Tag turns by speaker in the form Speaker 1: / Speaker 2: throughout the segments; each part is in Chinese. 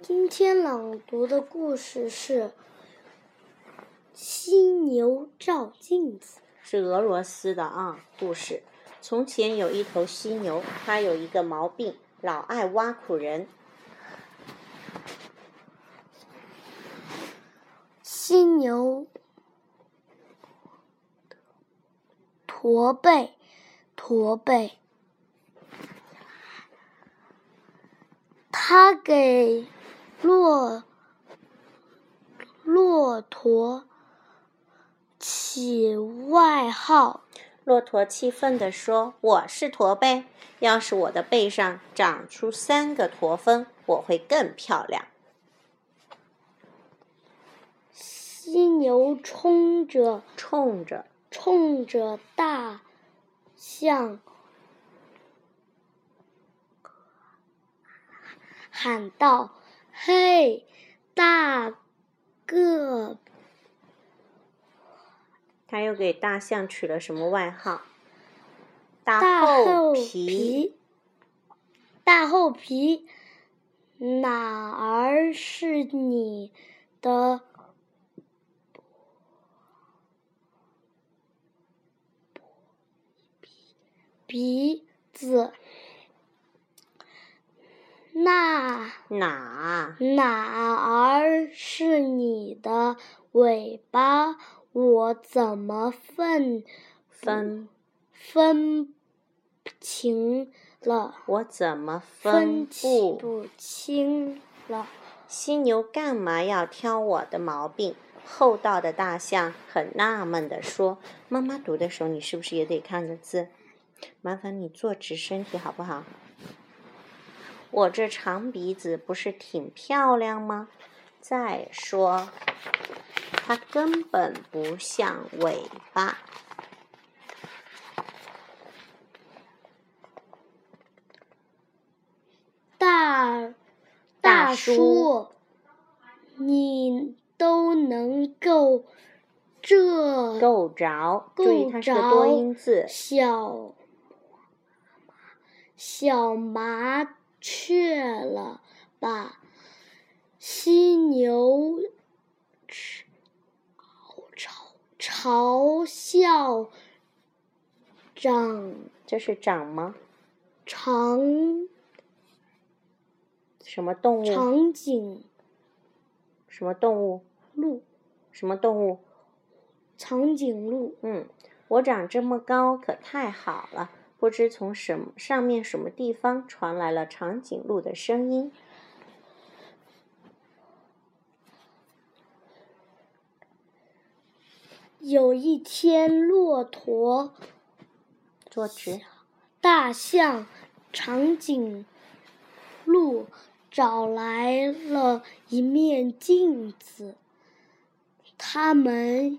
Speaker 1: 今天朗读的故事是《犀牛照镜子》。
Speaker 2: 是俄罗斯的啊故事。从前有一头犀牛，它有一个毛病，老爱挖苦人。
Speaker 1: 犀牛驼背，驼背，它给骆骆驼起外号。
Speaker 2: 骆驼气愤地说：“我是驼背，要是我的背上长出三个驼峰，我会更漂亮。
Speaker 1: 犀牛冲着”
Speaker 2: 冲着
Speaker 1: 冲着大象喊道：“嘿，大个
Speaker 2: 他又给大象取了什么外号？
Speaker 1: 大
Speaker 2: 厚
Speaker 1: 厚皮，大厚皮，哪儿是你的鼻子？那嗯
Speaker 2: 哪？
Speaker 1: 哪儿是你的尾巴？我怎么分
Speaker 2: 分？
Speaker 1: 分清了？
Speaker 2: 我怎么
Speaker 1: 分
Speaker 2: 分
Speaker 1: 析
Speaker 2: 不？
Speaker 1: 不清了。
Speaker 2: 犀牛干嘛要挑我的毛病？厚道的大象很纳闷地说：“妈妈读的时候，你是不是也得看着字？麻烦你坐直身体好不好？我这长鼻子不是挺漂亮吗？再说，它根本不像尾巴。”
Speaker 1: 大
Speaker 2: 大
Speaker 1: 大
Speaker 2: 叔
Speaker 1: 叔，你都能够这
Speaker 2: 够着，注意
Speaker 1: 够
Speaker 2: 它是个多
Speaker 1: 着
Speaker 2: 音字，
Speaker 1: 小小麻雀了吧？犀牛嘲嘲嘲笑长
Speaker 2: 这是长吗？
Speaker 1: 长
Speaker 2: 什么动物？
Speaker 1: 长颈
Speaker 2: 什么动物？
Speaker 1: 鹿，
Speaker 2: 什么动物？
Speaker 1: 长颈鹿。
Speaker 2: 嗯，我长这么高可太好了。不知从什么上面什么地方传来了长颈鹿的声音。
Speaker 1: 有一天，骆驼、
Speaker 2: 坐直，
Speaker 1: 大象、长颈鹿找来了一面镜子，他们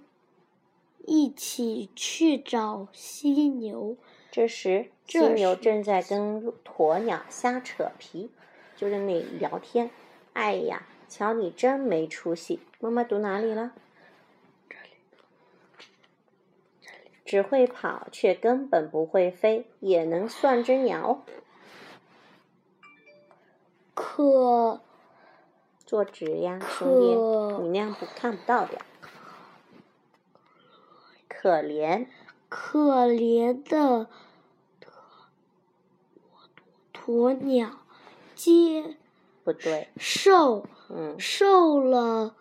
Speaker 1: 一起去找犀牛。
Speaker 2: 这时犀
Speaker 1: 这
Speaker 2: 牛
Speaker 1: 时
Speaker 2: 正在跟鹿鸵鸟瞎扯皮，就在那里聊天。哎呀，瞧你真没出息！妈妈读哪里了？只会跑却根本不会飞，也能算只鸟。
Speaker 1: 可
Speaker 2: 坐直呀，兄弟
Speaker 1: 可，
Speaker 2: 你那样不看不到的呀。可怜，
Speaker 1: 可怜的鸵鸟接
Speaker 2: 不对，
Speaker 1: 受
Speaker 2: 嗯，
Speaker 1: 受了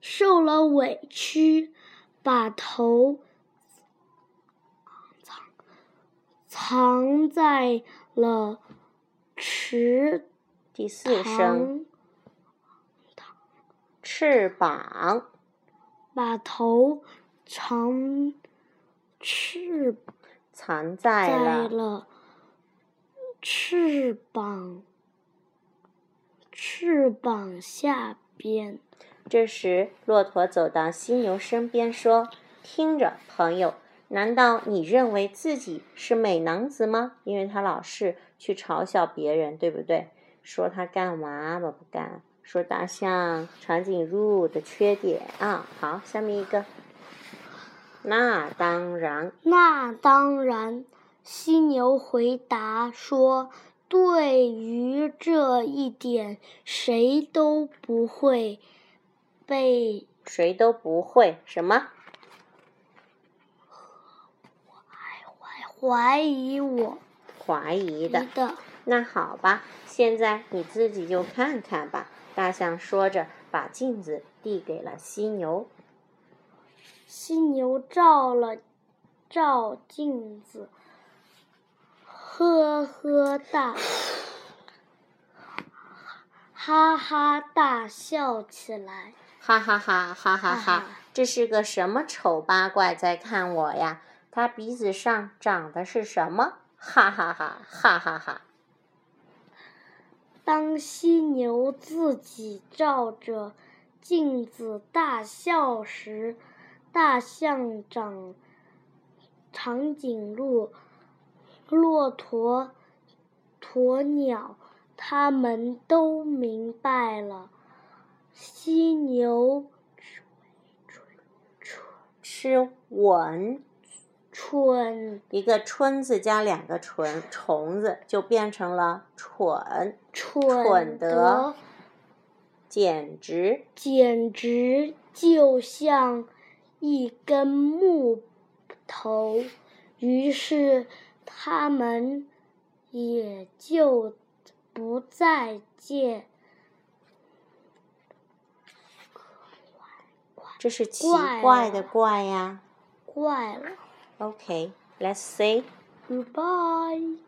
Speaker 1: 受了委屈，把头藏藏在了池
Speaker 2: 第四声
Speaker 1: 塘，
Speaker 2: 翅膀，
Speaker 1: 把头藏翅
Speaker 2: 藏在
Speaker 1: 在
Speaker 2: 了
Speaker 1: 了翅膀翅膀下边。
Speaker 2: 这时，骆驼走到犀牛身边说：“听着，朋友，难道你认为自己是美男子吗？因为他老是去嘲笑别人，对不对？说他干嘛嘛不干，说大象、长颈鹿的缺点啊。好，下面一个。那当然，
Speaker 1: 那当然，犀牛回答说：“对于这一点，谁都不会被
Speaker 2: 谁都不会什么
Speaker 1: 怀疑我
Speaker 2: 怀疑的。
Speaker 1: 的。
Speaker 2: 那好吧，现在你自己就看看吧。大象说着，把镜子递给了犀牛。
Speaker 1: 犀牛照了照镜子，呵呵大，哈哈大笑起来。
Speaker 2: 哈哈哈哈哈
Speaker 1: 哈
Speaker 2: 哈
Speaker 1: 哈！
Speaker 2: 这是个什么丑八怪在看我呀？他鼻子上长的是什么？哈哈哈哈哈哈！
Speaker 1: 当犀牛自己照着镜子大笑时，大象长长颈鹿、骆驼、鸵鸟，它们都明白了。犀牛
Speaker 2: 吃蚊，
Speaker 1: 蠢
Speaker 2: 一个春字加两个虫虫字，就变成了蠢，
Speaker 1: 蠢
Speaker 2: 得简直
Speaker 1: 简直就像一根木头。于是他们也就不再见
Speaker 2: 这是奇
Speaker 1: 怪
Speaker 2: 怪啊的
Speaker 1: 了
Speaker 2: 怪呀。
Speaker 1: 怪了。
Speaker 2: OK，let's、say。
Speaker 1: Goodbye。